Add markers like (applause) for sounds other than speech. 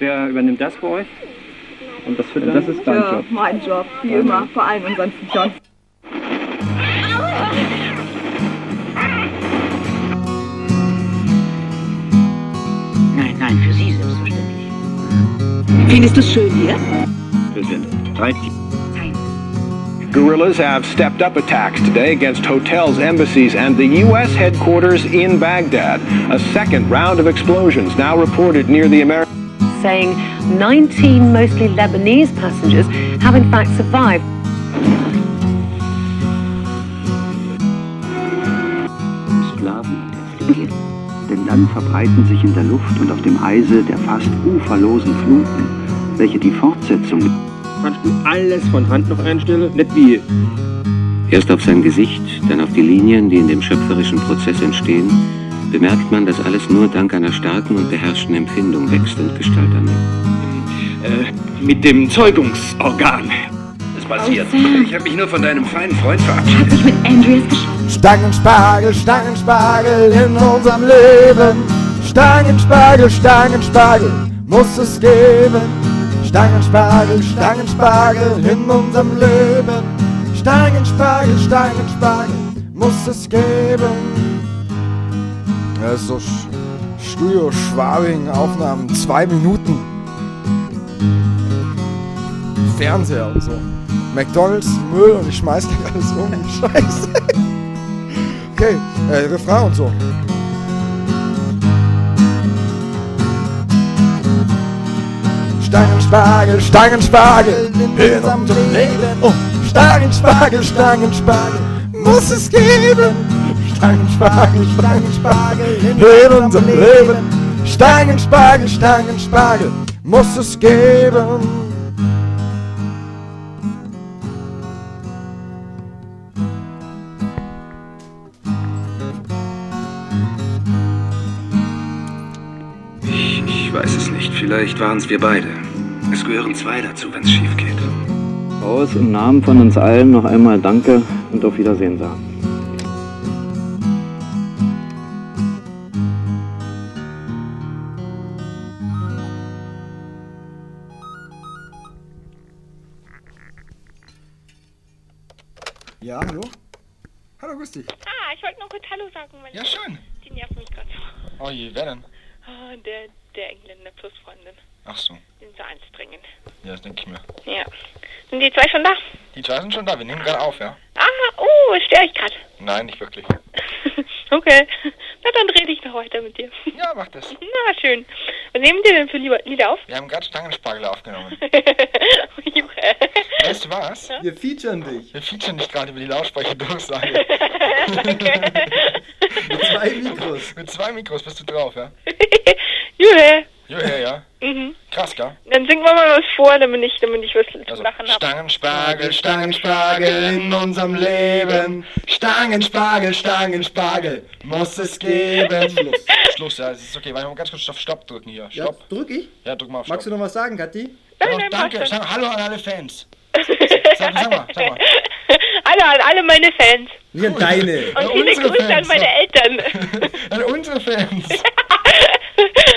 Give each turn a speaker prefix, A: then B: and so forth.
A: Wer übernimmt das für euch? Und das für Das ist dein
B: Ja,
A: Job.
B: mein Job, wie
A: Dein
B: immer,
A: Job.
B: vor allem unseren John.
C: Nein, nein, für Sie selbstverständlich.
D: Findest du schön hier?
A: Wir sind drei
E: Guerrillas have stepped up attacks today against hotels, embassies, and the U.S. headquarters in Baghdad. A second round of explosions now reported near the American.
F: saying 19 mostly Lebanese passengers have in fact survived.
C: Sklaven und Häftlinge. Denn dann verbreiten sich in der Luft und auf dem Eise der fast uferlosen Fluten, welche die Fortsetzung
A: Kannst du alles von Hand noch einstellen? Nicht wie
G: Erst auf sein Gesicht, dann auf die Linien, die in dem schöpferischen Prozess entstehen, bemerkt man, dass alles nur dank einer starken und beherrschten Empfindung wächst und Gestalt annimmt.
A: mit dem Zeugungsorgan.
E: Es passiert. Ich habe mich nur von deinem feinen Freund verabschiedet.
D: Hat sich mit Andreas gesch...
H: Stangenspargel, Stangenspargel in unserem Leben. Stangenspargel, Stangenspargel muss es geben. Stangenspargel, Stangenspargel in unserem Leben. Stangenspargel, Stangenspargel muss es geben. Ja, ist so Sch- Studio Schwabing, Aufnahmen, zwei Minuten. Fernseher und so. McDonalds, Müll und ich schmeiß gleich alles um. (laughs) Scheiße. Okay, äh, Refrain und so. Stangenspargel, Stangenspargel in unserem Leben. Oh, Stangenspargel, Stangenspargel muss es geben. Stangenspargel, Stangenspargel in unserem Leben. Stangenspargel, Stangenspargel muss es geben.
E: Ich, ich weiß es nicht. Vielleicht waren es wir beide. Es gehören zwei dazu, wenn es schief geht.
A: Aus im Namen von uns allen noch einmal Danke und auf Wiedersehen sagen.
H: Ja, hallo? Hallo, Gusti.
I: Ah, ich wollte nur kurz Hallo sagen, weil
H: Ja, schön.
I: die nervt mich gerade so.
H: Oh je, wer denn?
I: Ah, der, der Engländer plus Freundin.
H: Ach so,
I: Die sind so anstrengend.
H: ja, das denke ich mir.
I: Ja. Sind die zwei schon da?
H: Die zwei sind schon da, wir nehmen gerade auf, ja?
I: Ah, oh, ich störe ich gerade.
H: Nein, nicht wirklich.
I: (laughs) okay. Na, dann rede ich noch weiter mit dir.
H: Ja, mach das.
I: Na, schön. Was nehmen wir denn für lieber Lieder auf?
H: Wir haben gerade Stangenspargel
I: (laughs)
H: aufgenommen.
I: Juche.
H: Weißt du was?
J: Wir featuren dich.
H: Wir featuren dich gerade über
J: (laughs)
H: die Lautsprecherdurchsage.
J: Mit zwei Mikros.
H: Mit zwei Mikros bist du drauf,
I: (laughs)
H: ja?
I: Juhe.
H: Jo, ja, ja.
I: Mhm.
H: Krass, gell?
I: Dann singen wir mal was vor, damit ich, damit ich was zu
H: Also,
I: lachen habe.
H: Stangenspargel, Stangenspargel in unserem Leben. Stangenspargel,
I: (laughs)
H: Stangenspargel muss es geben. Schluss, Schluss, ja, es ist okay. Warte mal ganz kurz auf Stopp drücken hier.
J: Ja,
H: Stopp.
J: drück ich?
H: Ja, drück mal auf
J: Magst du
H: Stopp.
J: noch was sagen, Kathi?
I: Nein,
H: Doch,
I: nein,
H: danke,
I: mach schon.
H: sag, hallo an alle
I: (laughs)
H: Fans. Sag, sag mal, sag mal.
I: Hallo an alle meine Fans.
J: Nicht an deine.
I: Und
H: Ja,
I: viele
H: unsere (laughs)
I: Grüße an
H: Fans,
I: meine
H: ja.
I: Eltern.
H: An unsere Fans.